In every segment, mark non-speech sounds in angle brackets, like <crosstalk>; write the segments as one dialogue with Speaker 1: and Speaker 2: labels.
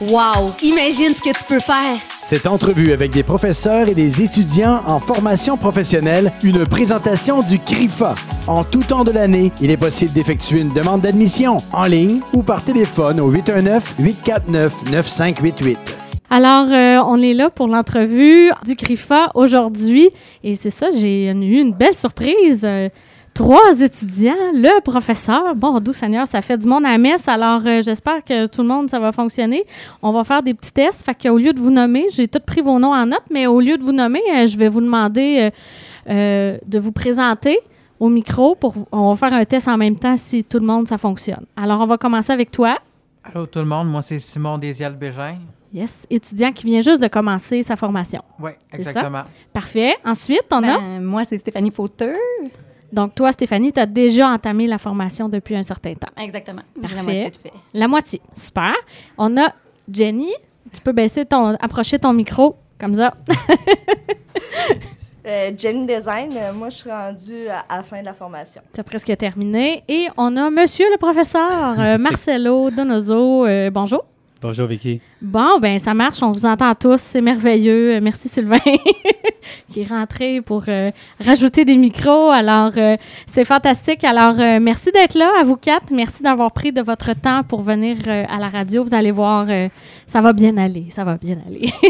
Speaker 1: Wow! Imagine ce que tu peux faire!
Speaker 2: Cette entrevue avec des professeurs et des étudiants en formation professionnelle, une présentation du CRIFA. En tout temps de l'année, il est possible d'effectuer une demande d'admission en ligne ou par téléphone au 819-849-9588.
Speaker 3: Alors, euh, on est là pour l'entrevue du CRIFA aujourd'hui. Et c'est ça, j'ai eu une belle surprise. Euh, trois étudiants, le professeur. Bon, doux Seigneur, ça fait du monde à la messe. Alors, euh, j'espère que tout le monde, ça va fonctionner. On va faire des petits tests. Fait qu'au lieu de vous nommer, j'ai tout pris vos noms en note, mais au lieu de vous nommer, euh, je vais vous demander euh, euh, de vous présenter au micro. Pour, vous- on va faire un test en même temps si tout le monde, ça fonctionne. Alors, on va commencer avec toi.
Speaker 4: Allô tout le monde, moi c'est Simon Desiel-Bégin.
Speaker 3: Yes, étudiant qui vient juste de commencer sa formation.
Speaker 4: Oui,
Speaker 3: ça?
Speaker 4: exactement.
Speaker 3: Parfait. Ensuite, on a...
Speaker 5: Ben, moi, c'est Stéphanie Fauteux.
Speaker 3: Donc, toi, Stéphanie, tu as déjà entamé la formation depuis un certain temps.
Speaker 5: Exactement.
Speaker 3: Parfait.
Speaker 5: La moitié de fait.
Speaker 3: La moitié. Super. On a Jenny. Tu peux baisser ton, approcher ton micro comme ça.
Speaker 6: Euh, Jenny Design, euh, moi je suis rendue à, à la fin de la formation.
Speaker 3: Tu as presque terminé. Et on a Monsieur le professeur
Speaker 7: <laughs>
Speaker 3: euh, Marcelo Donoso. Euh, bonjour.
Speaker 7: Bonjour Vicky.
Speaker 3: Bon, ben ça marche. On vous entend tous. C'est merveilleux. Euh, Merci Sylvain <laughs> qui est rentré pour euh, rajouter des micros. Alors euh, c'est fantastique. Alors euh, merci d'être là à vous quatre. Merci d'avoir pris de votre temps pour venir euh, à la radio. Vous allez voir, euh, ça va bien aller. Ça va bien aller. <laughs>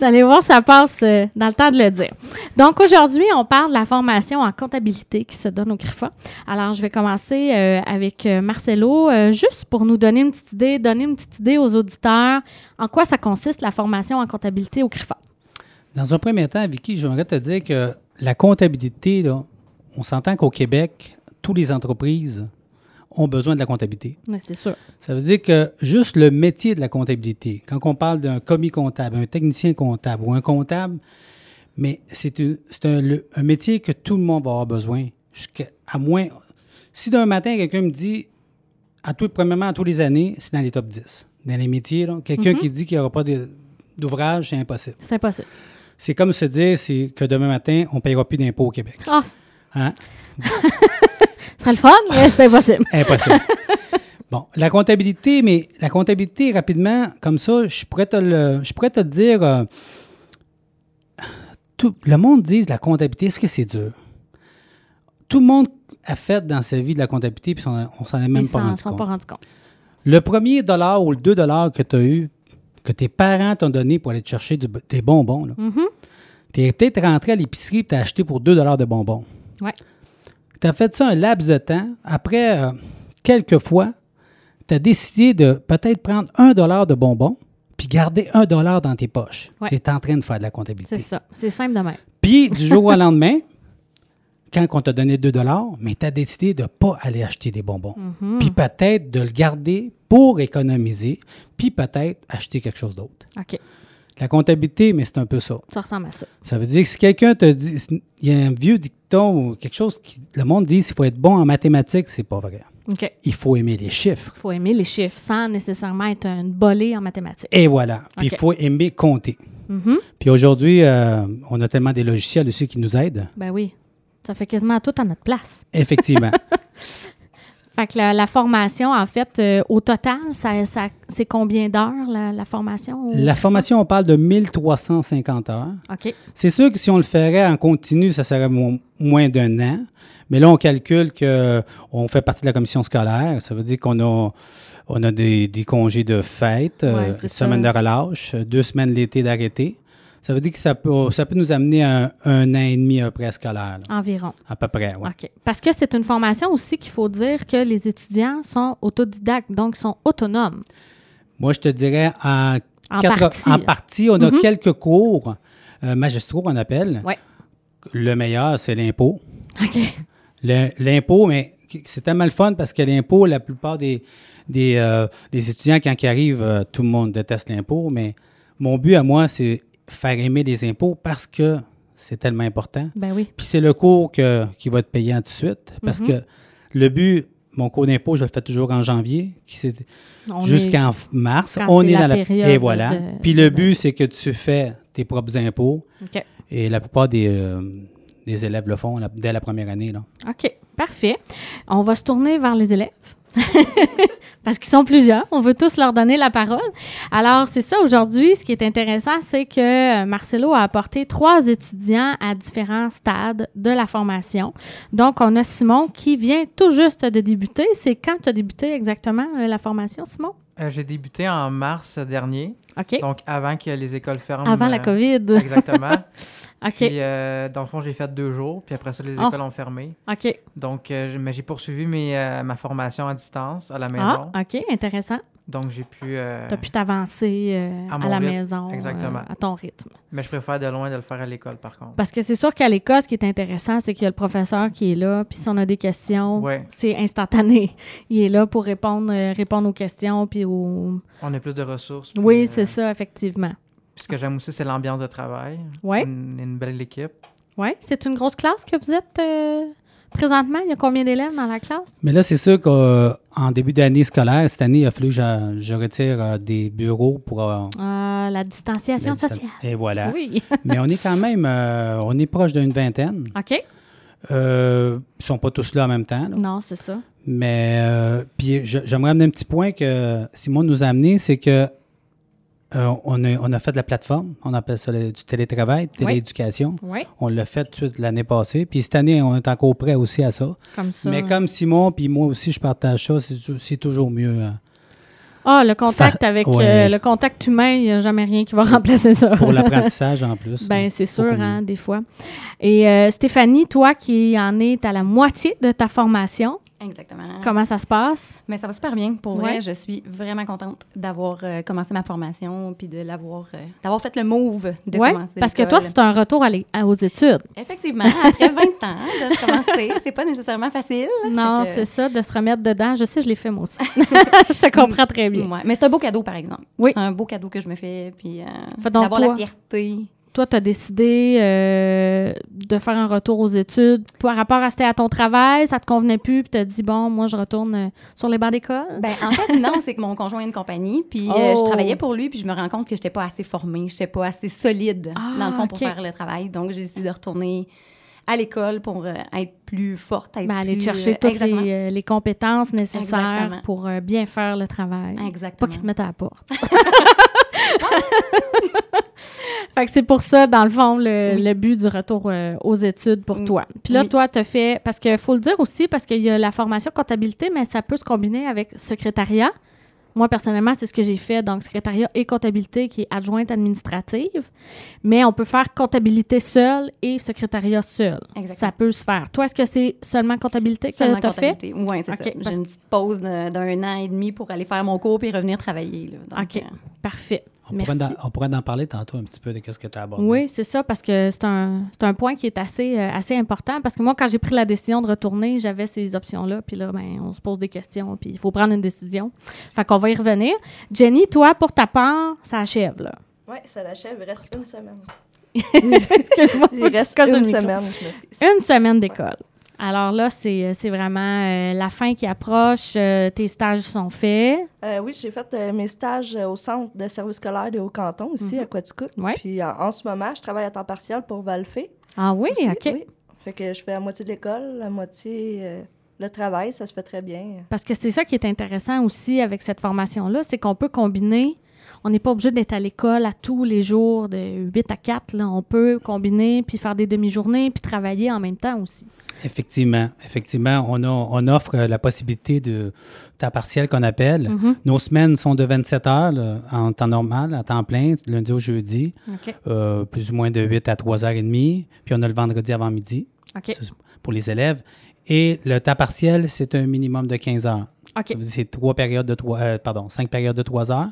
Speaker 3: Vous allez voir, ça passe euh, dans le temps de le dire. Donc aujourd'hui, on parle de la formation en comptabilité qui se donne au CRIFA. Alors je vais commencer euh, avec euh, Marcelo, euh, juste pour nous donner une petite idée, donner une petite idée aux auditeurs en quoi ça consiste la formation en comptabilité au CRIFA.
Speaker 7: Dans un premier temps, Vicky, j'aimerais te dire que la comptabilité, là, on s'entend qu'au Québec, toutes les entreprises ont besoin de la comptabilité.
Speaker 3: Oui, c'est sûr.
Speaker 7: Ça veut dire que juste le métier de la comptabilité, quand on parle d'un commis comptable, un technicien comptable ou un comptable, mais c'est une- c'est un, le- un métier que tout le monde va avoir besoin. jusqu'à- à moins. Si d'un matin, quelqu'un me dit, à tout, premièrement, à tous les années, c'est dans les top 10. Dans les métiers, là, quelqu'un qui dit qu'il n'y aura pas de- d'ouvrage, c'est impossible.
Speaker 3: C'est impossible.
Speaker 7: C'est comme se dire c'est que demain matin, on ne payera plus d'impôts au Québec.
Speaker 3: Ah,
Speaker 7: Hein?
Speaker 3: ce serait le fun, mais c'est impossible. <laughs>
Speaker 7: Impossible. bon, la comptabilité, mais la comptabilité, rapidement, comme ça, je pourrais te le, je pourrais te le dire. euh, tout, le monde dit la comptabilité, est-ce que c'est dur? Tout le monde a fait dans sa vie de la comptabilité, puis on, on s'en est <laughs> même
Speaker 3: Ils
Speaker 7: pas
Speaker 3: s'en
Speaker 7: rendu
Speaker 3: sont
Speaker 7: compte.
Speaker 3: pas rendus compte.
Speaker 7: Le premier dollar ou le deux dollars que tu as eu, que tes parents t'ont donné pour aller te chercher du- des bonbons, là,
Speaker 3: Mm-hmm.
Speaker 7: tu es peut-être rentré à l'épicerie et tu as acheté pour deux dollars de bonbons.
Speaker 3: Ouais.
Speaker 7: Tu as fait ça un laps de temps. Après euh, quelques fois, tu as décidé de peut-être prendre un dollar de bonbons puis garder un dollar dans tes poches.
Speaker 3: Ouais.
Speaker 7: Tu es en train de faire de la comptabilité.
Speaker 3: C'est ça. C'est simple de même.
Speaker 7: Puis, du jour
Speaker 3: <laughs>
Speaker 7: au lendemain, quand on t'a donné 2 mais tu as décidé de ne pas aller acheter des bonbons.
Speaker 3: Mm-hmm.
Speaker 7: Puis peut-être de le garder pour économiser, puis peut-être acheter quelque chose d'autre.
Speaker 3: OK.
Speaker 7: La comptabilité, mais c'est un peu ça.
Speaker 3: Ça ressemble à ça.
Speaker 7: Ça veut dire que si quelqu'un te dit, il y a un vieux dicton ou quelque chose qui, le monde dit, s'il faut être bon en mathématiques, c'est pas vrai.
Speaker 3: OK.
Speaker 7: Il faut aimer les chiffres.
Speaker 3: Il faut aimer les chiffres sans nécessairement être une bolée en mathématiques.
Speaker 7: Et voilà. Puis
Speaker 3: Ok.
Speaker 7: il
Speaker 3: Mhm.
Speaker 7: faut aimer compter. Puis aujourd'hui, euh, on a tellement des logiciels aussi qui nous aident.
Speaker 3: Ben oui. Ça fait quasiment tout à notre place. <laughs>
Speaker 7: Effectivement.
Speaker 3: Fait que la, la formation, en fait, euh, au total, ça, ça- c'est combien d'heures la, la formation? au-
Speaker 7: La formation, on parle de 1350 heures.
Speaker 3: OK.
Speaker 7: C'est sûr que si on le ferait en continu, ça serait mo- moins d'un an. Mais là, on calcule qu'on fait partie de la commission scolaire. Ça veut dire qu'on a, on a des, des congés de fête, euh,
Speaker 3: Ouais,
Speaker 7: une
Speaker 3: c'est ça.
Speaker 7: semaine de relâche, euh, deux semaines l'été d'arrêté. Ça veut dire que ça peut, ça peut nous amener à un, un an et demi à peu près scolaire, là.
Speaker 3: Environ.
Speaker 7: à peu près. ouais.
Speaker 3: OK. Parce que c'est une formation aussi qu'il faut dire que les étudiants sont autodidactes, donc sont autonomes.
Speaker 7: Moi, je te dirais en,
Speaker 3: En
Speaker 7: quatre-
Speaker 3: partie. Mm-hmm.
Speaker 7: en partie, on a quelques cours euh, magistraux qu'on appelle.
Speaker 3: Ouais.
Speaker 7: Le meilleur, c'est l'impôt.
Speaker 3: OK.
Speaker 7: Le- L'impôt, mais c'est tellement le fun parce que l'impôt, la plupart des, des, euh, des étudiants, quand ils arrivent, euh, tout le monde déteste l'impôt, mais mon but à moi, c'est faire aimer les impôts parce que c'est tellement important.
Speaker 3: <laughs> Ben oui.
Speaker 7: Puis c'est le cours que, qui va te payer tout de suite parce
Speaker 3: Mm-hmm.
Speaker 7: que le but, mon cours d'impôt, je le fais toujours en janvier, qui c'est
Speaker 3: On est-
Speaker 7: jusqu'en f- mars.
Speaker 3: quand
Speaker 7: on
Speaker 3: c'est
Speaker 7: est
Speaker 3: la
Speaker 7: dans la
Speaker 3: période
Speaker 7: Et voilà.
Speaker 3: de-
Speaker 7: Puis le
Speaker 3: des
Speaker 7: but, c'est que tu fais tes propres impôts
Speaker 3: OK.
Speaker 7: et la plupart des, euh, des élèves le font la- dès la première année. Là.
Speaker 3: OK. Parfait. On va se tourner vers les élèves. <laughs> parce qu'ils sont plusieurs. On veut tous leur donner la parole. Alors, c'est ça, aujourd'hui, ce qui est intéressant, c'est que euh, Marcelo a apporté trois étudiants à différents stades de la formation. Donc, on a Simon qui vient tout juste de débuter. C'est quand tu as débuté exactement euh, la formation, Simon?
Speaker 4: Euh, J'ai débuté en mars dernier,
Speaker 3: OK.
Speaker 4: donc avant que les écoles ferment.
Speaker 3: Avant la
Speaker 4: euh,
Speaker 3: COVID.
Speaker 4: <laughs> Exactement.
Speaker 3: <laughs> OK.
Speaker 4: Puis, euh, dans le fond, j'ai fait deux jours, puis après ça, les
Speaker 3: Oh.
Speaker 4: écoles ont fermé.
Speaker 3: OK.
Speaker 4: Donc, euh, j'ai- mais j'ai poursuivi mes, euh, ma formation à distance, à la maison.
Speaker 3: Ah, OK. Intéressant.
Speaker 4: Donc, j'ai pu. euh,
Speaker 3: Tu as pu t'avancer euh,
Speaker 4: À
Speaker 3: à,
Speaker 4: mon
Speaker 3: la
Speaker 4: rythme,
Speaker 3: maison, euh,
Speaker 4: exactement.
Speaker 3: à ton rythme.
Speaker 4: Mais je préfère de loin de le faire à l'école, par contre.
Speaker 3: Parce que c'est sûr qu'à l'école, ce qui est intéressant, c'est qu'il y a le professeur qui est là, puis si on a des questions,
Speaker 4: Ouais.
Speaker 3: c'est instantané. <laughs> Il est là pour répondre, euh, répondre aux questions, puis aux...
Speaker 4: On a plus de ressources. puis,
Speaker 3: Oui,
Speaker 4: euh,
Speaker 3: c'est ça, effectivement.
Speaker 4: Puis ce que j'aime aussi, c'est l'ambiance de travail.
Speaker 3: Ouais.
Speaker 4: Une, une belle équipe.
Speaker 3: Oui, c'est une grosse classe que vous êtes euh, présentement. Il y a combien d'élèves dans la classe?
Speaker 7: Mais là, c'est sûr qu'en début d'année scolaire, cette année, il a fallu que je, je retire euh, des bureaux pour... euh,
Speaker 3: Euh, la distanciation
Speaker 7: la distan-
Speaker 3: sociale.
Speaker 7: Et voilà.
Speaker 3: Oui. <laughs>
Speaker 7: Mais on est quand même... euh, on est proche d'une vingtaine.
Speaker 3: OK?
Speaker 7: Euh, ils sont pas tous là en même temps. là.
Speaker 3: Non, c'est ça.
Speaker 7: Mais euh, puis je- j'aimerais amener un petit point que Simon nous a amené, c'est que euh, on, a, on a fait de la plateforme, on appelle ça le- du télétravail, télééducation.
Speaker 3: Oui,
Speaker 7: On l'a fait tout de suite l'année passée. Puis cette année, on est encore prêt aussi à ça.
Speaker 3: comme ça.
Speaker 7: Mais comme Simon, puis moi aussi, je partage ça, c'est tou- c'est toujours mieux. hein.
Speaker 3: Ah, le contact
Speaker 7: Fa-
Speaker 3: avec
Speaker 7: Ouais.
Speaker 3: euh, le contact humain, il n'y a jamais rien qui va <laughs> remplacer ça.
Speaker 7: Pour l'apprentissage en plus.
Speaker 3: <laughs> Ben, c'est
Speaker 7: Faut
Speaker 3: sûr,
Speaker 7: qu'on-
Speaker 3: hein, des fois. Et euh, Stéphanie, toi qui en es à la moitié de ta formation,
Speaker 5: Exactement.
Speaker 3: comment ça se passe?
Speaker 5: Mais ça va super bien. Pour
Speaker 3: Ouais.
Speaker 5: vrai, je suis vraiment contente d'avoir euh, commencé ma formation puis de l'avoir euh, d'avoir fait le move de
Speaker 3: Ouais,
Speaker 5: commencer.
Speaker 3: parce que
Speaker 5: l'école.
Speaker 3: toi, c'est un retour à l'é- à- aux études.
Speaker 5: Effectivement,
Speaker 3: <laughs>
Speaker 5: après 20 ans de commencer, c'est pas nécessairement facile.
Speaker 3: Non,
Speaker 5: Fait que-
Speaker 3: c'est ça, de se remettre dedans. Je sais, je l'ai fait
Speaker 5: <laughs>
Speaker 3: moi aussi. <laughs> je te comprends très bien.
Speaker 5: Ouais. Mais c'est un beau cadeau, par exemple.
Speaker 3: Oui.
Speaker 5: C'est un beau cadeau que je me fais, puis euh,
Speaker 3: Fait donc
Speaker 5: d'avoir la
Speaker 3: toi.
Speaker 5: fierté.
Speaker 3: Toi, tu as décidé euh, de faire un retour aux études par rapport à, c'était à ton travail, ça te convenait plus, puis tu as dit, bon, moi, je retourne euh, sur les bancs d'école.
Speaker 5: Ben, en fait, non, c'est que mon conjoint a une compagnie, puis euh, je
Speaker 3: Oh.
Speaker 5: travaillais pour lui, puis je me rends compte que j'étais pas assez formée, j'étais pas assez solide,
Speaker 3: Ah,
Speaker 5: dans le fond, pour
Speaker 3: ok.
Speaker 5: faire le travail. Donc, j'ai décidé de retourner à l'école pour euh, être plus forte, être
Speaker 3: Ben, aller
Speaker 5: plus,
Speaker 3: chercher
Speaker 5: euh,
Speaker 3: toutes
Speaker 5: exactement.
Speaker 3: les, euh, les compétences nécessaires
Speaker 5: Exactement.
Speaker 3: pour euh, bien faire le travail. Pas
Speaker 5: Exactement.
Speaker 3: qu'ils te mettent à la
Speaker 5: <laughs>
Speaker 3: porte. <laughs> fait que c'est pour ça, dans le fond, le, le but du retour euh, aux études pour
Speaker 5: Oui.
Speaker 3: toi. Puis là,
Speaker 5: Mm. Oui.
Speaker 3: toi, tu fait... Parce qu'il faut le dire aussi, parce qu'il y a la formation comptabilité, mais ça peut se combiner avec secrétariat. Moi, personnellement, c'est ce que j'ai fait. Donc, secrétariat et comptabilité, qui est adjointe administrative. Mais on peut faire comptabilité seule et secrétariat seul.
Speaker 5: Exactement.
Speaker 3: Ça peut se faire. Toi, est-ce que c'est seulement comptabilité que
Speaker 5: Seulement
Speaker 3: tu as fait?
Speaker 5: comptabilité. Oui, c'est
Speaker 3: Ok,
Speaker 5: ça.
Speaker 3: parce-
Speaker 5: J'ai une petite pause de- d'un an et demi pour aller faire mon cours puis revenir travailler. là. Donc,
Speaker 3: OK.
Speaker 5: euh,
Speaker 3: Parfait.
Speaker 7: On pourrait,
Speaker 3: Merci.
Speaker 7: en, on pourrait en parler tantôt un petit peu de qu'est-ce que tu as abordé.
Speaker 3: Oui, c'est ça, parce que c'est un, c'est un point qui est assez, euh, assez important. Parce que moi, quand j'ai pris la décision de retourner, j'avais ces options-là. Puis là, ben, on se pose des questions, puis il faut prendre une décision. Fait qu'on va y revenir. Jenny, toi, pour ta part, ça achève, là.
Speaker 6: Oui, ça l'achève. Il reste une semaine.
Speaker 3: <laughs> Excuse-moi,
Speaker 6: Il
Speaker 3: faut que tu
Speaker 6: reste
Speaker 3: casses le
Speaker 6: une
Speaker 3: micro.
Speaker 6: semaine. je m'excuse.
Speaker 3: Une semaine d'école. Alors là, c'est c'est vraiment euh, la fin qui approche. euh, tes stages sont faits.
Speaker 6: Euh, oui, j'ai fait euh, mes stages euh, au centre de service scolaire de Haut-Canton, ici, à Quaticook.
Speaker 3: Mhm. Ouais.
Speaker 6: Puis en, en ce moment, je travaille à temps partiel pour Valfé.
Speaker 3: Ah oui,
Speaker 6: aussi,
Speaker 3: OK.
Speaker 6: oui. Fait que je fais la moitié de l'école, la moitié euh, le travail, ça se fait très bien.
Speaker 3: Parce que c'est ça qui est intéressant aussi avec cette formation-là, c'est qu'on peut combiner. On n'est pas obligé d'être à l'école à tous les jours de 8 à 4. là. On peut combiner, puis faire des demi-journées, puis travailler en même temps aussi.
Speaker 7: Effectivement, effectivement, on, a- on offre euh, la possibilité de temps partiel qu'on appelle.
Speaker 3: Mm-hmm.
Speaker 7: Nos semaines sont de 27 heures là, en temps normal, à temps plein, du lundi au jeudi,
Speaker 3: OK.
Speaker 7: euh, plus ou moins de 8 à 3h30, puis on a le vendredi avant midi
Speaker 3: OK.
Speaker 7: ça, c'est pour les élèves. Et le temps partiel, c'est un minimum de 15 heures.
Speaker 3: OK.
Speaker 7: Ça veut dire C'est trois périodes de trois, euh, pardon, cinq périodes de 3 heures.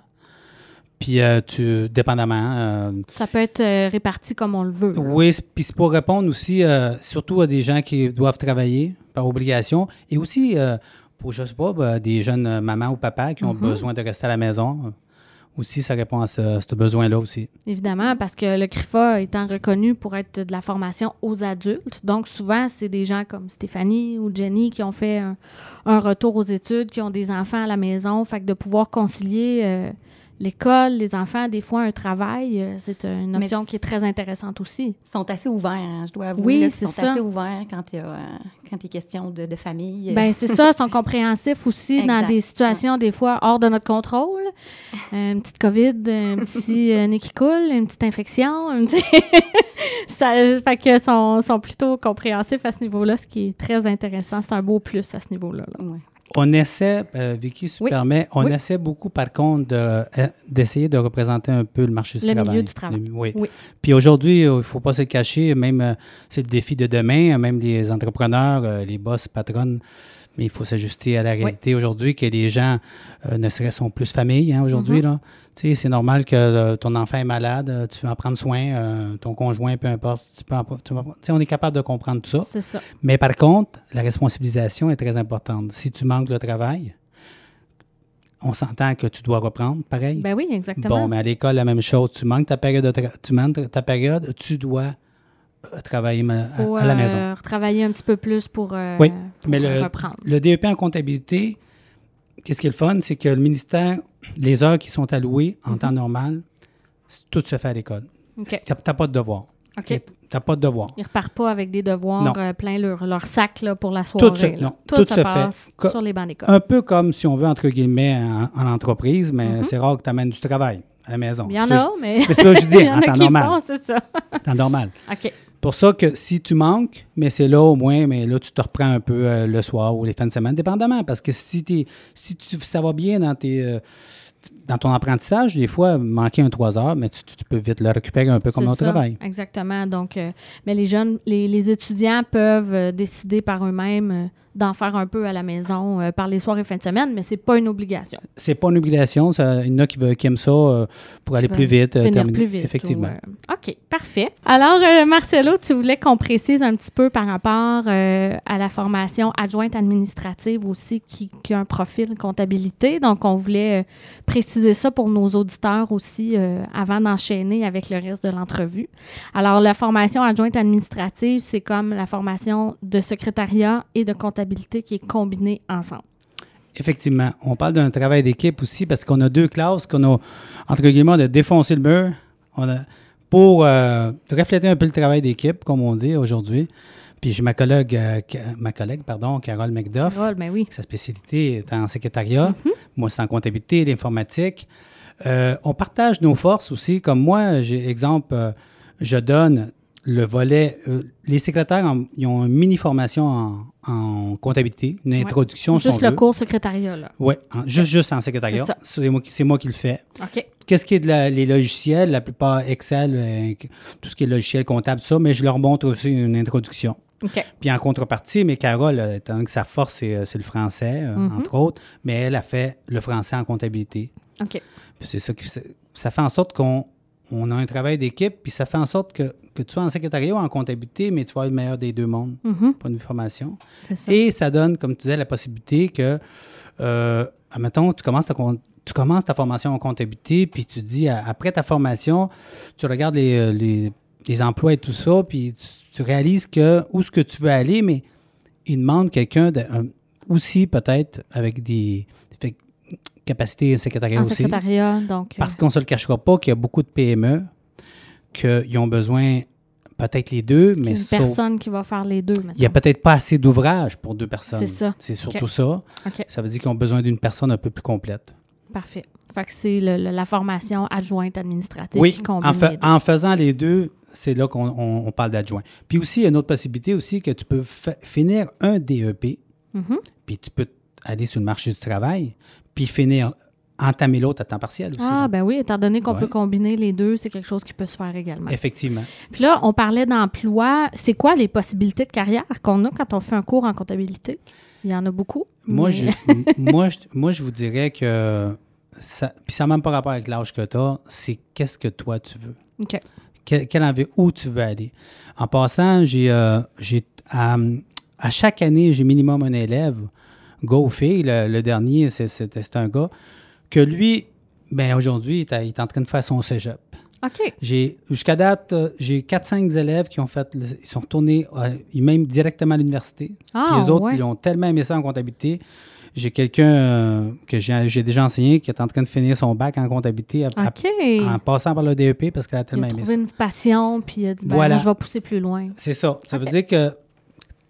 Speaker 7: Puis euh, tu, dépendamment, euh,
Speaker 3: Ça peut être euh, réparti comme on le veut. là.
Speaker 7: oui, c'est- puis c'est pour répondre aussi, euh, surtout à des gens qui doivent travailler par obligation et aussi euh, pour, je sais pas, ben, des jeunes euh, mamans ou papas qui ont besoin de rester à la maison. euh, Aussi, ça répond à ce, ce besoin-là aussi.
Speaker 3: Évidemment, parce que le CRIFA étant reconnu pour être de la formation aux adultes, donc souvent, c'est des gens comme Stéphanie ou Jenny qui ont fait un, un retour aux études, qui ont des enfants à la maison, fait que de pouvoir concilier euh, l'école, les enfants, des fois un travail, euh, c'est une
Speaker 5: Mais
Speaker 3: option
Speaker 5: c'est-
Speaker 3: qui est très intéressante aussi.
Speaker 5: Ils sont assez ouverts, hein, je dois avouer.
Speaker 3: Oui,
Speaker 5: là,
Speaker 3: c'est
Speaker 5: Ils sont
Speaker 3: ça.
Speaker 5: assez ouverts quand il y a, euh, quand il est question de, de famille.
Speaker 3: Ben c'est ça, sont compréhensifs aussi dans
Speaker 5: Exact.
Speaker 3: des situations des fois hors de notre contrôle. Euh, une petite COVID, un petit euh, nez qui coule, une petite infection, <laughs> un petit... ça, fait que sont, sont plutôt compréhensifs à ce niveau-là, ce qui est très intéressant. C'est un beau plus à ce niveau-là. là.
Speaker 5: Ouais.
Speaker 7: On essaie, euh, Vicky, si tu
Speaker 3: Oui.
Speaker 7: permets, on
Speaker 3: Oui.
Speaker 7: essaie beaucoup, par contre, de, euh, d'essayer de représenter un peu le marché du
Speaker 3: Le
Speaker 7: travail.
Speaker 3: milieu du travail.
Speaker 7: Le- oui.
Speaker 3: Oui.
Speaker 7: Puis aujourd'hui, euh, il ne faut pas se le cacher, même euh, c'est le défi de demain, euh, même les entrepreneurs, euh, les boss, patronnes, mais il faut s'ajuster à la réalité aujourd'hui que les gens, euh, ne serait sont plus famille hein, aujourd'hui.
Speaker 3: Mm-hmm.
Speaker 7: là. Tu sais, C'est normal que euh, ton enfant est malade, euh, tu veux en prendre soin, euh, ton conjoint, peu importe, tu peux en- tu peux en- tu sais, on est capable de comprendre tout ça.
Speaker 3: C'est ça.
Speaker 7: Mais par contre, la responsabilisation est très importante. Si tu manques le travail, on s'entend que tu dois reprendre, pareil.
Speaker 3: Ben oui,
Speaker 7: bon,
Speaker 3: exactement.
Speaker 7: mais à l'école, la même chose. Tu manques ta période, de tra- tu manques ta période, tu dois euh, travailler ma- à,
Speaker 3: Faut,
Speaker 7: à la
Speaker 3: euh,
Speaker 7: maison.
Speaker 3: travailler un petit peu plus pour, euh,
Speaker 7: Oui,
Speaker 3: pour
Speaker 7: mais le-
Speaker 3: reprendre.
Speaker 7: Le DEP en comptabilité, qu'est-ce qui est le fun, c'est que le ministère, les heures qui sont allouées en temps normal, c- tout se fait à l'école.
Speaker 3: Mhm. OK.
Speaker 7: T'as t'as pas de devoir.
Speaker 3: OK.
Speaker 7: Tu T'as pas de devoir.
Speaker 3: Ils repartent pas avec des devoirs
Speaker 7: Non.
Speaker 3: euh, plein leur, leur sac là, pour la soirée.
Speaker 7: se-
Speaker 3: là.
Speaker 7: non,
Speaker 3: tout,
Speaker 7: tout
Speaker 3: se,
Speaker 7: se fait.
Speaker 3: passe
Speaker 7: Co-
Speaker 3: sur les bancs d'école.
Speaker 7: Un peu comme, si on veut, entre guillemets, en, en entreprise, mais
Speaker 3: Mm-hmm.
Speaker 7: c'est rare que tu amènes du travail à la maison.
Speaker 3: Il y en
Speaker 7: Ça,
Speaker 3: a, mais.
Speaker 7: Mais c'est ça que je
Speaker 3: <laughs>
Speaker 7: dis,
Speaker 3: Il y en
Speaker 7: en
Speaker 3: a
Speaker 7: temps
Speaker 3: qui
Speaker 7: normal.
Speaker 3: font, c'est ça.
Speaker 7: je- temps normal.
Speaker 3: OK.
Speaker 7: Pour ça que si tu manques, mais c'est là au moins, mais là, tu te reprends un peu euh, le soir ou les fins de semaine, dépendamment. Parce que si, t'es- si tu, ça va bien dans, tes, euh, dans ton apprentissage, des fois, manquer un trois heures, mais tu, tu peux vite le récupérer un peu comme
Speaker 3: C'est
Speaker 7: au
Speaker 3: ça,
Speaker 7: travail.
Speaker 3: Exactement. Donc, euh, mais les jeunes, les, les étudiants peuvent euh, décider par eux-mêmes euh, d'en faire un peu à la maison euh, par les soirs et fins de semaine, mais c'est pas une obligation.
Speaker 7: C'est pas une obligation. ça- il y en a qui, veulent, qui aiment ça euh, pour aller
Speaker 3: veulent
Speaker 7: plus vite. euh,
Speaker 3: Finir
Speaker 7: terminer-
Speaker 3: plus vite.
Speaker 7: Effectivement.
Speaker 3: ou, euh, OK, parfait. Alors, euh, Marcelo, tu voulais qu'on précise un petit peu par rapport euh, à la formation adjointe administrative aussi qui, qui a un profil comptabilité. Donc, on voulait euh, préciser ça pour nos auditeurs aussi euh, avant d'enchaîner avec le reste de l'entrevue. Alors, la formation adjointe administrative, c'est comme la formation de secrétariat et de comptabilité qui est combinée ensemble.
Speaker 7: Effectivement. On parle d'un travail d'équipe aussi parce qu'on a deux classes qu'on a, entre guillemets, de défoncer le mur on a- pour euh, refléter un peu le travail d'équipe, comme on dit aujourd'hui. Puis j'ai ma collègue, euh, Ca- ma collègue pardon, Carole McDuff.
Speaker 3: Carole, Mm-hmm. ben oui.
Speaker 7: Sa spécialité est en secrétariat. Moi, c'est en comptabilité, l'informatique. Euh, on partage nos forces aussi. Comme moi, j'ai exemple, euh, je donne le volet. euh, les secrétaires, en- ils ont une mini-formation en, en comptabilité, une introduction. si
Speaker 3: Juste
Speaker 7: on
Speaker 3: le
Speaker 7: veut.
Speaker 3: cours secrétariat, là.
Speaker 7: Oui, hein, juste, juste en secrétariat.
Speaker 3: Euh, C'est ça.
Speaker 7: C'est moi, qui- c'est moi qui le fais.
Speaker 3: OK.
Speaker 7: Qu'est-ce qui est de la- les logiciels, la plupart Excel, euh, tout ce qui est logiciel comptable, ça, mais je leur montre aussi une introduction.
Speaker 3: OK.
Speaker 7: Puis en contrepartie, mais Carole, euh, étant donné que sa force, c'est euh, c'est le français, euh,
Speaker 3: Mm-hmm.
Speaker 7: entre autres, mais elle a fait le français en comptabilité.
Speaker 3: OK.
Speaker 7: Puis c'est ça qui fait- ça fait en sorte qu'on on a un travail d'équipe, puis ça fait en sorte que, que tu sois en secrétariat ou en comptabilité, mais tu vas être le meilleur des deux mondes, point de vue formation.
Speaker 3: Mhm. C'est ça.
Speaker 7: Et ça donne, comme tu disais, la possibilité que, euh, admettons, tu commences ta, com- tu commences ta formation en comptabilité, puis tu dis, à- après ta formation, tu regardes les, euh, les- les emplois et tout ça, puis tu, tu réalises que où ce que tu veux aller, mais il demande quelqu'un de- un- aussi, peut-être, avec des, fait- capacités secrétariales
Speaker 3: En
Speaker 7: aussi.
Speaker 3: secrétariat, donc. euh,
Speaker 7: Parce qu'on ne se le cachera pas qu'il y a beaucoup de PME qu'ils ont besoin, peut-être les deux, mais
Speaker 3: une
Speaker 7: sauf
Speaker 3: personne qui va faire les deux. maintenant.
Speaker 7: il n'y a peut-être pas assez d'ouvrages pour deux personnes.
Speaker 3: C'est ça.
Speaker 7: C'est surtout ça.
Speaker 3: OK,
Speaker 7: Ça veut dire qu'ils ont besoin d'une personne un peu plus complète.
Speaker 3: parfait. Fait que c'est le- le- la formation adjointe administrative qui combine
Speaker 7: en, fa-
Speaker 3: les deux.
Speaker 7: en faisant les deux, c'est là qu'on on- on parle d'adjoint. Puis aussi, il y a une autre possibilité aussi que tu peux fa- finir un DEP,
Speaker 3: Mhm.
Speaker 7: puis tu peux t- aller sur le marché du travail, puis finir, entamer l'autre à temps partiel aussi.
Speaker 3: Ah,
Speaker 7: là.
Speaker 3: ben oui, étant donné qu'on
Speaker 7: Ouais.
Speaker 3: peut combiner les deux, c'est quelque chose qui peut se faire également.
Speaker 7: Effectivement.
Speaker 3: Puis là, on parlait d'emploi. C'est quoi les possibilités de carrière qu'on a quand on fait un cours en comptabilité? Il y en a beaucoup.
Speaker 7: Moi,
Speaker 3: mais-
Speaker 7: je, m- moi, je, moi, je vous dirais que ça, puis ça n'a même pas rapport avec l'âge que tu as, c'est qu'est-ce que toi tu veux.
Speaker 3: <laughs> OK.
Speaker 7: Quel, quel envi- où tu veux aller. En passant, j'ai, euh, j'ai, à, à chaque année, j'ai minimum un élève, gars ou fille, le, le dernier, c'est, c'était, c'était un gars, que lui, ben aujourd'hui, il est, à- il est en train de faire son cégep.
Speaker 3: OK.
Speaker 7: J'ai, jusqu'à date, euh, j'ai 4-5 élèves qui ont fait, le- ils sont retournés euh, ils- même directement à l'université.
Speaker 3: Ah,
Speaker 7: Puis les autres,
Speaker 3: ouais.
Speaker 7: ils ont tellement aimé ça en comptabilité. J'ai quelqu'un euh, que j'ai j'ai déjà enseigné qui est en train de finir son bac en comptabilité à- à-
Speaker 3: OK.
Speaker 7: en passant par le DEP parce qu'elle a
Speaker 3: Il
Speaker 7: tellement
Speaker 3: a
Speaker 7: aimé
Speaker 3: trouvé
Speaker 7: Ah, ça.
Speaker 3: une passion, puis il a dit, ben,
Speaker 7: Voilà.
Speaker 3: moi, je vais pousser plus loin.
Speaker 7: C'est ça. Ça veut dire que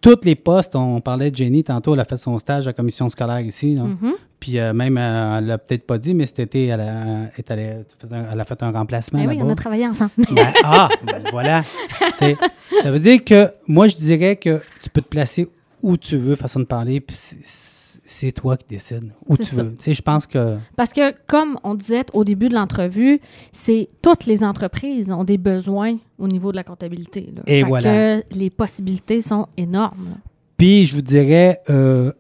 Speaker 7: tous les postes, on parlait de Jenny tantôt, elle a fait son stage à la commission scolaire ici. là.
Speaker 3: Mm-hmm.
Speaker 7: Puis euh, même, euh, elle l'a peut-être pas dit, mais cet été, elle a, est allée- elle a fait un remplacement
Speaker 3: Ben oui,
Speaker 7: là-bas.
Speaker 3: on a travaillé ensemble.
Speaker 7: Ben, ah, ben voilà. C'est- ça veut dire que moi, je dirais que tu peux te placer où tu veux, façon de parler, puis c'est- c'est c'est toi qui décides où
Speaker 3: C'est
Speaker 7: tu
Speaker 3: ça.
Speaker 7: veux. Tu sais, je pense que.
Speaker 3: Parce que, comme on disait au début de l'entrevue, c'est toutes les entreprises ont des besoins au niveau de la comptabilité. là.
Speaker 7: Et
Speaker 3: Fait
Speaker 7: voilà.
Speaker 3: que les possibilités sont énormes.
Speaker 7: Puis, je vous dirais, euh,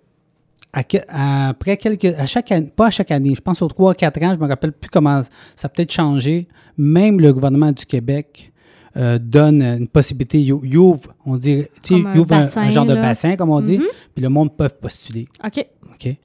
Speaker 7: à, que- à- après quelques. À chaque année, pas à chaque année, je pense aux 3-4 ans, je me rappelle plus comment. Ça a peut-être changé. Même le gouvernement du Québec. euh, donne une possibilité, you- you ouvre, on dit, tu sais,
Speaker 3: Comme un
Speaker 7: il ouvre un,
Speaker 3: bassin,
Speaker 7: un genre de
Speaker 3: là. Mm-hmm.
Speaker 7: bassin, comme on dit, puis le monde peut postuler.
Speaker 3: OK.
Speaker 7: OK?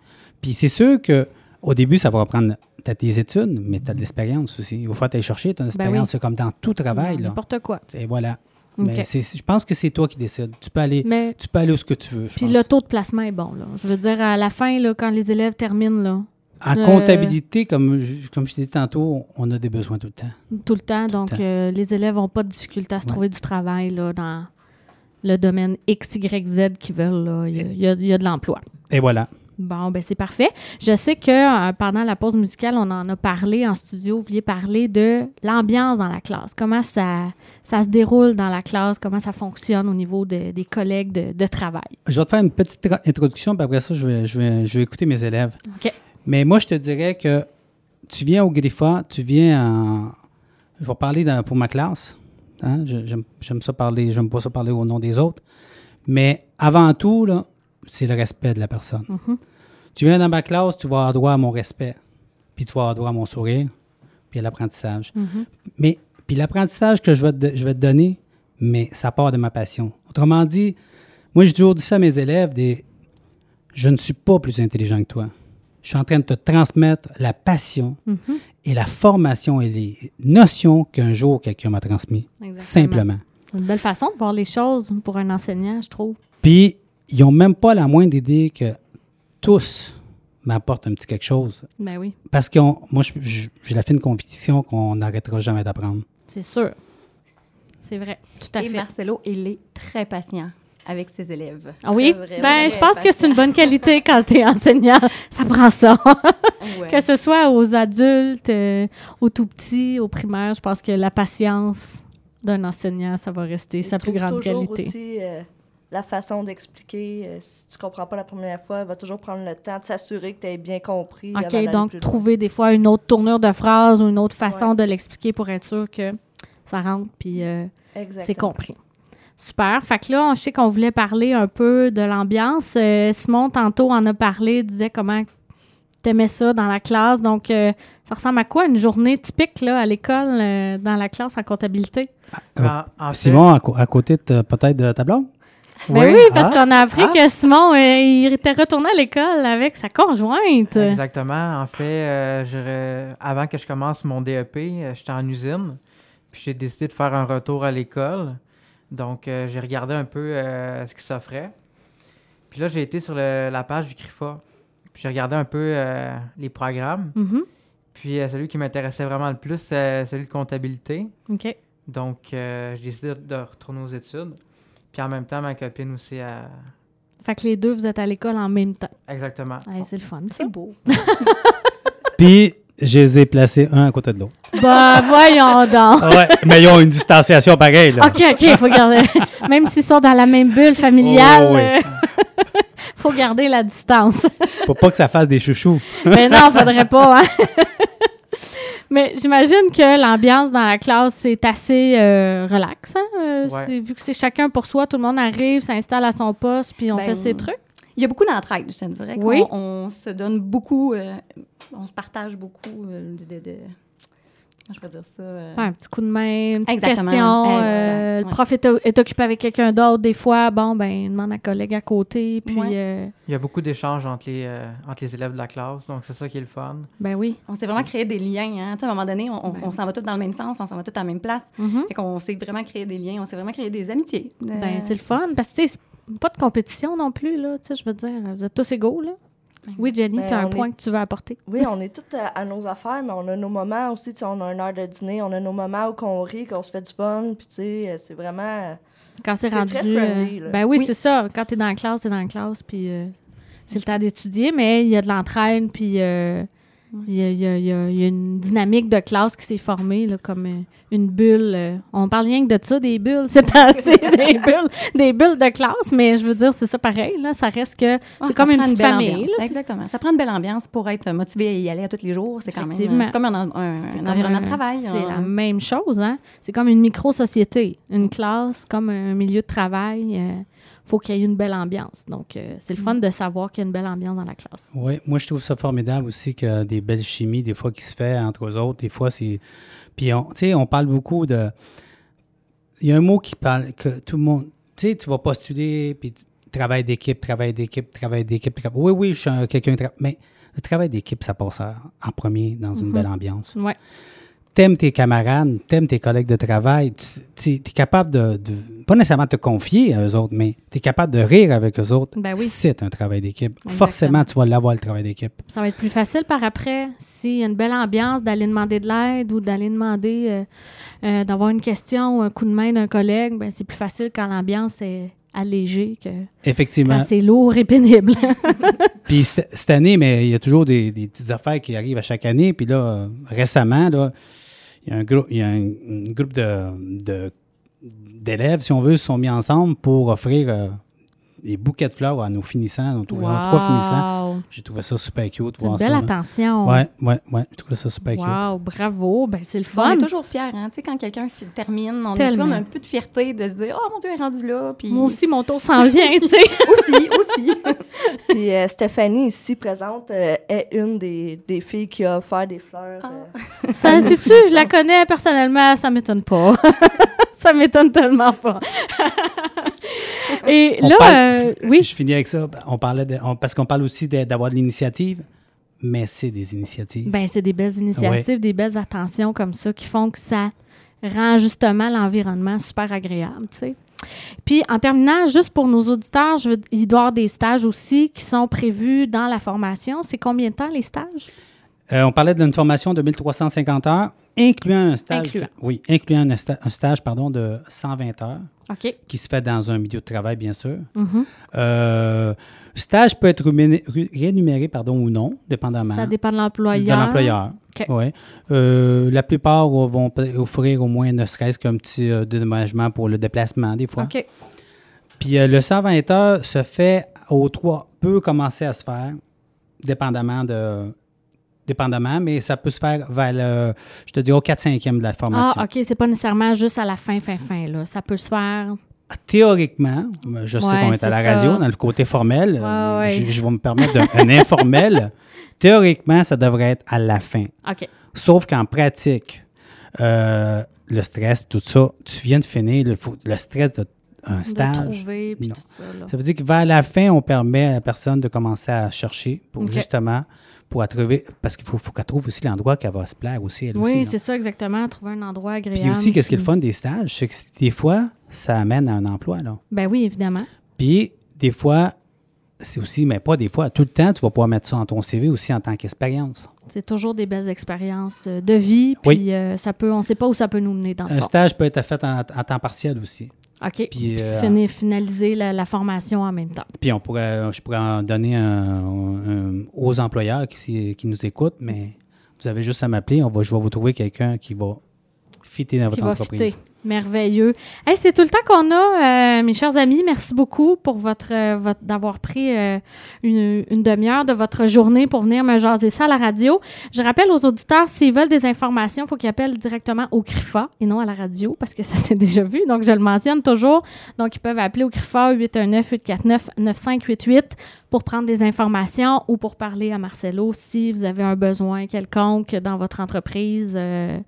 Speaker 7: Puis c'est sûr que au début, ça va prendre. Tu as tes études, mais tu as de l'expérience aussi. Il va falloir aller chercher ton expérience.
Speaker 3: Ben oui.
Speaker 7: C'est comme dans tout travail. Là.
Speaker 3: N'importe quoi.
Speaker 7: Et voilà.
Speaker 3: OK.
Speaker 7: Mais c'est- je pense que c'est toi qui décides. Tu peux aller,
Speaker 3: Mais-
Speaker 7: tu peux aller où ce que tu veux. je
Speaker 3: Puis
Speaker 7: pense.
Speaker 3: le taux de placement est bon. Là. Je veux dire, à la fin, là, quand les élèves terminent, là,
Speaker 7: En
Speaker 3: euh,
Speaker 7: comptabilité, comme je, comme je t'ai dit tantôt, on a des besoins tout le temps.
Speaker 3: tout le temps, donc
Speaker 7: temps.
Speaker 3: euh, les élèves n'ont pas de difficulté à se
Speaker 7: Ouais.
Speaker 3: trouver du travail là, dans le domaine X, Y, Z qu'ils veulent. là. Il, y a, il y a- il y a de l'emploi.
Speaker 7: Et voilà.
Speaker 3: Bon, ben c'est parfait. Je sais que euh, pendant la pause musicale, on en a parlé en studio. Vous vouliez parler de l'ambiance dans la classe. Comment ça, ça se déroule dans la classe, comment ça fonctionne au niveau de- des collègues de, de travail.
Speaker 7: Je vais te faire une petite tra- introduction, puis après ça, je vais, je vais- je vais écouter mes élèves.
Speaker 3: OK.
Speaker 7: Mais moi, je te dirais que tu viens au Griffa, tu viens en. Je vais parler dans- pour ma classe. hein, je- J'aime j'aime ça parler, j'aime pas ça parler au nom des autres. Mais avant tout, là, c'est le respect de la personne. Tu viens dans ma classe, tu vas avoir droit à mon respect, puis tu vas avoir droit à mon sourire, puis à l'apprentissage. Mais puis l'apprentissage que je vais, te, je vais te donner, mais ça part de ma passion. Autrement dit, moi, j'ai toujours dit ça à mes élèves, des, je ne suis pas plus intelligent que toi. Je suis en train de te transmettre la passion et la formation et les notions qu'un jour quelqu'un m'a transmis.
Speaker 3: Exactement.
Speaker 7: Simplement.
Speaker 3: C'est une belle façon de voir les choses pour un enseignant, je trouve.
Speaker 7: Puis, ils n'ont même pas la moindre idée que tous m'apportent un petit quelque chose.
Speaker 3: Ben oui,
Speaker 7: Parce que moi, je- je- j'ai la fine conviction qu'on n'arrêtera jamais d'apprendre.
Speaker 3: c'est sûr. C'est vrai, tout à
Speaker 5: Et
Speaker 3: fait.
Speaker 5: Marcelo, il est très patient avec ses élèves.
Speaker 3: Ah oui?
Speaker 6: Très vrai,
Speaker 3: ben,
Speaker 6: vrai,
Speaker 3: je pense que c'est une bonne qualité quand tu es enseignant. Ça prend ça.
Speaker 5: Ouais.
Speaker 3: que ce soit aux adultes, euh, aux tout petits, aux primaires, je pense que la patience d'un enseignant, ça va rester sa
Speaker 6: Il
Speaker 3: plus
Speaker 6: trouve
Speaker 3: grande
Speaker 6: toujours
Speaker 3: qualité.
Speaker 6: aussi euh, la façon d'expliquer. euh, si tu comprends pas la première fois, il va toujours prendre le temps de s'assurer que tu aies bien compris. avant d'aller
Speaker 3: OK, donc
Speaker 6: plus loin.
Speaker 3: trouver des fois une autre tournure de phrase ou une autre façon de l'expliquer pour être sûr que ça rentre puis euh,
Speaker 6: Exactement.
Speaker 3: c'est compris. Super. Fait que là, on- je sais qu'on voulait parler un peu de l'ambiance. Euh, Simon, tantôt, en a parlé, disait comment t'aimais ça dans la classe. Donc, euh, ça ressemble à quoi une journée typique là, à l'école, euh, dans la classe en comptabilité?
Speaker 4: En, en fait,
Speaker 7: Simon, à, co- à côté de ta- peut-être de
Speaker 4: <laughs>
Speaker 7: ta blonde?
Speaker 3: Ben oui, parce
Speaker 7: Ah,
Speaker 3: qu'on a appris que Simon, euh, il était retourné à l'école avec sa conjointe.
Speaker 4: Exactement. En fait, euh, j'aurais- avant que je commence mon DEP, euh, j'étais en usine. Puis j'ai décidé de faire un retour à l'école. Donc, euh, j'ai regardé un peu euh, ce qui s'offrait. Puis là, j'ai été sur le- la page du CRIFA. Puis j'ai regardé un peu euh, les programmes.
Speaker 3: Mhm.
Speaker 4: Puis euh, celui qui m'intéressait vraiment le plus, c'est celui de comptabilité.
Speaker 3: OK.
Speaker 4: Donc, euh, j'ai décidé de retourner aux études. Puis en même temps, ma copine aussi, euh, a...
Speaker 3: Fait que les deux, vous êtes à l'école en même temps.
Speaker 4: exactement.
Speaker 3: Ouais, c'est le fun. ça.
Speaker 5: C'est beau.
Speaker 7: Puis, je les ai placés un à côté de l'autre.
Speaker 5: <laughs>
Speaker 3: Ben, voyons donc.
Speaker 4: Ah
Speaker 7: Ouais, mais ils ont une distanciation pareille, là.
Speaker 3: OK, OK, il faut
Speaker 7: <laughs>
Speaker 3: garder. Même s'ils sont dans la même bulle familiale,
Speaker 7: Oh, oui.
Speaker 3: euh, <laughs> faut garder la distance.
Speaker 7: Pour pas que ça fasse des chouchous.
Speaker 3: Mais non, faudrait pas. hein. <laughs> Mais j'imagine que l'ambiance dans la classe, c'est assez euh, relax. hein, euh,
Speaker 4: Ouais.
Speaker 3: c'est- Vu que c'est chacun pour soi, tout le monde arrive, s'installe à son poste, puis on
Speaker 5: Ben,
Speaker 3: fait ses trucs.
Speaker 5: Il y a beaucoup d'entraide, je te dirais. qu'on-
Speaker 3: Oui.
Speaker 5: On, se donne beaucoup, euh, on se partage beaucoup euh, de, de- de- comment je peux dire ça. euh,
Speaker 3: Ouais, un petit coup de main, une petite
Speaker 5: Exactement.
Speaker 3: question.
Speaker 5: Exact.
Speaker 3: euh, Le
Speaker 5: Ouais.
Speaker 3: prof est, o- est occupé avec quelqu'un d'autre. Des fois, bon, ben, il demande à un collègue à côté. Puis,
Speaker 5: Ouais.
Speaker 3: euh,
Speaker 4: Il y a beaucoup d'échanges entre les, euh, entre les élèves de la classe. Donc, c'est ça qui est le fun.
Speaker 3: ben oui.
Speaker 5: On s'est vraiment créé des liens. Hein. Tu sais, À un moment donné,
Speaker 3: Ben
Speaker 5: on, on- on s'en va tous dans le même sens, on s'en va tous à la même place.
Speaker 3: Mhm.
Speaker 5: Fait qu'on s'est vraiment créé des liens, on s'est vraiment créé des amitiés. Euh,
Speaker 3: Ben, c'est le fun. Parce que, tu sais, c'est pas de compétition non plus, là. Tu sais, je veux dire, vous êtes tous égaux, là. Oui, Jenny,
Speaker 6: Ben,
Speaker 3: tu as un
Speaker 6: on est-
Speaker 3: point que tu veux apporter.
Speaker 6: Oui, on est toutes euh, à, à nos affaires, mais on a nos moments aussi. tu sais, On a une heure de dîner, on a nos moments où qu'on rit, qu'on se fait du fun. Puis, tu sais, euh, c'est vraiment.
Speaker 3: Quand c'est
Speaker 6: C'est
Speaker 3: rendu.
Speaker 6: très friendly,
Speaker 3: euh,
Speaker 6: là.
Speaker 3: ben oui,
Speaker 6: Oui.
Speaker 3: c'est ça. Quand t'es dans la classe, t'es dans la classe, puis euh, c'est le temps d'étudier, mais il y a de l'entraîne, puis euh, il y, a, il y a- il y a- il y a une dynamique de classe qui s'est formée, là, comme euh, une bulle. euh. on parle rien que de ça, des bulles, c'est assez, des bulles, des bulles de classe, mais je veux dire, c'est ça pareil, là. Ça reste que
Speaker 5: Ouais,
Speaker 3: c'est
Speaker 5: ça
Speaker 3: comme une
Speaker 5: prend
Speaker 3: petite
Speaker 5: belle
Speaker 3: famille,
Speaker 5: ambiance.
Speaker 3: là.
Speaker 5: Exactement. Ça prend une belle ambiance pour être motivé à y aller à tous les jours. C'est quand même
Speaker 3: Effectivement.
Speaker 5: c'est comme un, en- un-
Speaker 3: C'est
Speaker 5: un
Speaker 3: comme
Speaker 5: environnement
Speaker 3: un-
Speaker 5: de travail.
Speaker 3: C'est
Speaker 5: hein.
Speaker 3: la
Speaker 5: Mm.
Speaker 3: même chose, hein? C'est comme une micro-société, une classe, comme un milieu de travail. euh, faut qu'il y ait une belle ambiance. Donc, euh, c'est le
Speaker 5: Mm.
Speaker 3: fun de savoir qu'il y a une belle ambiance dans la classe.
Speaker 7: Oui, moi je trouve ça formidable aussi que des belles chimies, des fois qui se fait entre eux autres, des fois c'est. Puis on, tu sais, on parle beaucoup de. Il y a un mot qui parle que tout le monde. Tu sais, tu vas postuler, puis t- travail d'équipe, travail d'équipe, travail d'équipe. tra- Oui, oui, je suis un- quelqu'un. de tra- Mais le travail d'équipe, ça passe en en premier dans
Speaker 3: Mm-hmm.
Speaker 7: une belle ambiance.
Speaker 3: Ouais.
Speaker 7: T'aimes tes camarades, t'aimes tes collègues de travail, tu es capable de, de- Pas nécessairement te confier à eux autres, mais tu es capable de rire avec eux autres.
Speaker 3: Ben oui.
Speaker 7: C'est un travail d'équipe. Forcément, tu vas l'avoir le travail d'équipe.
Speaker 3: Ça va être plus facile par après, s'il y a une belle ambiance, d'aller demander de l'aide ou d'aller demander, euh, euh, d'avoir une question ou un coup de main d'un collègue. Ben, c'est plus facile quand l'ambiance est allégée que quand
Speaker 7: Effectivement.
Speaker 3: c'est lourd et pénible.
Speaker 7: Puis c- cette année, mais il y a toujours des, des petites affaires qui arrivent à chaque année. Puis là, euh, récemment, là, il y a un, grou- il y a un, un groupe de, de- d'élèves, si on veut, se sont mis ensemble pour offrir euh, des bouquets de fleurs à nos finissants, nos trois- nos trois finissants.
Speaker 3: Wow!
Speaker 7: J'ai trouvé ça super cute.
Speaker 3: C'est une
Speaker 7: voir
Speaker 3: belle
Speaker 7: ça, là.
Speaker 3: attention.
Speaker 7: Ouais, ben, ouais, ouais. Je trouve ça super cute.
Speaker 3: Wow, bravo! Ben, c'est le
Speaker 5: On
Speaker 3: fun.
Speaker 5: est toujours fiers, hein. Tu sais, quand quelqu'un fi- termine, on
Speaker 3: Tellement.
Speaker 5: a comme un peu de fierté de se dire « Oh, mon Dieu, il est rendu là! » Puis
Speaker 3: Moi aussi, mon tour s'en vient, tu sais.
Speaker 6: <laughs>
Speaker 5: aussi, aussi.
Speaker 6: Puis, euh, Stéphanie, ici présente, euh, est une des, des filles qui a offert des fleurs.
Speaker 3: <laughs>
Speaker 6: euh,
Speaker 3: Ça, sais-tu, je la connais personnellement, ça m'étonne pas. <laughs> ça m'étonne tellement pas. <laughs> Et
Speaker 7: On
Speaker 3: là,
Speaker 7: parle-
Speaker 3: euh, oui,
Speaker 7: Je finis avec ça. On parlait de- on- parce qu'on parle aussi de- d'avoir de l'initiative, mais c'est des initiatives.
Speaker 3: ben c'est des belles initiatives, des belles attentions comme ça qui font que ça rend justement l'environnement super agréable, tu sais. Puis en terminant, juste pour nos auditeurs, je veux- il doit y avoir des stages aussi qui sont prévus dans la formation. C'est combien de temps les stages?
Speaker 7: Euh, on parlait d'une formation de 1350 heures, incluant un stage.
Speaker 3: Incluant.
Speaker 7: Oui, incluant un, sta- un stage pardon, de 120 heures
Speaker 3: OK.
Speaker 7: qui se fait dans un milieu de travail, bien sûr.
Speaker 3: Mm-hmm.
Speaker 7: Euh, stage peut être rémuné- ré- rémunéré pardon, ou non, dépendamment
Speaker 3: Ça dépend de
Speaker 7: de
Speaker 3: l'employeur.
Speaker 7: l'employeur.
Speaker 3: OK.
Speaker 7: Ouais. Euh, la plupart euh, vont pr- offrir au moins ne serait-ce qu'un petit euh, dédommagement pour le déplacement, des fois.
Speaker 3: OK.
Speaker 7: Puis euh, le 120 heures se fait au 3, peut commencer à se faire, dépendamment de. Dépendamment, mais ça peut se faire vers le, je te dis, au 4-5e de la formation.
Speaker 3: Ah, OK, c'est pas nécessairement juste à la fin, fin, fin, là. Ça peut se faire.
Speaker 7: Théoriquement, euh, je sais
Speaker 3: Ouais,
Speaker 7: qu'on est à la
Speaker 3: c'est
Speaker 7: radio,
Speaker 3: ça.
Speaker 7: dans le côté formel, euh,
Speaker 3: ouais.
Speaker 7: Je, je vais me permettre de- un
Speaker 3: <laughs>
Speaker 7: informel. Théoriquement, ça devrait être à la fin.
Speaker 3: OK.
Speaker 7: Sauf qu'en pratique, euh, le stress, tout ça, tu viens de finir le, faut- le stress d'un stage.
Speaker 3: De trouver, puis
Speaker 7: Non.
Speaker 3: tout ça, là.
Speaker 7: Ça veut dire que vers la fin, on permet à la personne de commencer à chercher pour
Speaker 3: OK.
Speaker 7: justement pour la trouver parce qu'il faut, faut qu'elle trouve aussi l'endroit qu'elle va se plaire aussi. Elle
Speaker 3: Oui,
Speaker 7: aussi,
Speaker 3: c'est
Speaker 7: là.
Speaker 3: ça, exactement. Trouver un endroit agréable.
Speaker 7: Puis aussi, qu'est-ce qui est le
Speaker 3: puis-
Speaker 7: fun des stages, c'est que c'est- des fois, ça amène à un emploi. Là.
Speaker 3: Ben oui, évidemment.
Speaker 7: Puis des fois, c'est aussi, mais pas des fois, tout le temps, tu vas pouvoir mettre ça dans ton CV aussi en tant qu'expérience.
Speaker 3: C'est toujours des belles expériences euh, de vie. Puis
Speaker 7: Oui.
Speaker 3: euh, ça peut, on sait pas où ça peut nous mener dans le
Speaker 7: Un
Speaker 3: fond.
Speaker 7: stage peut être fait en, en temps partiel aussi.
Speaker 3: OK. Puis
Speaker 7: Puis, euh,
Speaker 3: fini- finaliser la, la formation en même temps.
Speaker 7: Puis on pourrait, je pourrais en donner un- un- aux employeurs qui, qui nous écoutent, mais vous avez juste à m'appeler, on va, je vais vous trouver quelqu'un qui va fitter dans
Speaker 3: Qui
Speaker 7: votre
Speaker 3: va
Speaker 7: entreprise.
Speaker 3: fitter. Merveilleux. Hey, c'est tout le temps qu'on a, euh, mes chers amis. Merci beaucoup pour votre, euh, votre- d'avoir pris euh, une, une demi-heure de votre journée pour venir me jaser ça à la radio. Je rappelle aux auditeurs, s'ils veulent des informations, il faut qu'ils appellent directement au CRIFA et non à la radio parce que ça <laughs> s'est déjà vu. Donc, je le mentionne toujours. Donc, ils peuvent appeler au CRIFA 819-849-9588 pour prendre des informations ou pour parler à Marcelo si vous avez un besoin quelconque dans votre entreprise. Euh,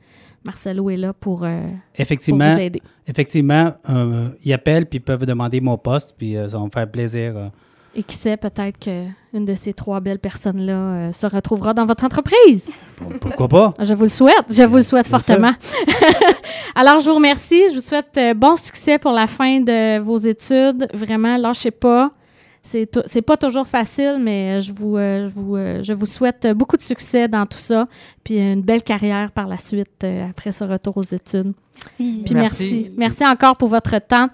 Speaker 3: Marcelo est là pour... euh, pour
Speaker 7: Effectivement,
Speaker 3: vous aider.
Speaker 7: effectivement euh, ils appellent, puis ils peuvent demander mon poste, puis euh, ça va me faire plaisir. euh.
Speaker 3: Et qui sait, peut-être qu'une de ces trois belles personnes-là euh, se retrouvera dans votre entreprise. Ah,
Speaker 7: Pour- pourquoi pas?
Speaker 3: Je vous le souhaite. Je vous le souhaite
Speaker 7: Bien sûr.
Speaker 3: fortement. <laughs> Alors, je vous remercie. Je vous souhaite euh, bon succès pour la fin de vos études. Vraiment, lâchez pas. c'est tou- c'est pas toujours facile, mais euh, je vous, euh, je, vous, euh, je vous souhaite euh, beaucoup de succès dans tout ça, puis euh, une belle carrière par la suite euh, après ce retour aux études.
Speaker 5: Merci.
Speaker 3: Puis merci. merci.
Speaker 4: Merci.
Speaker 3: encore pour votre temps.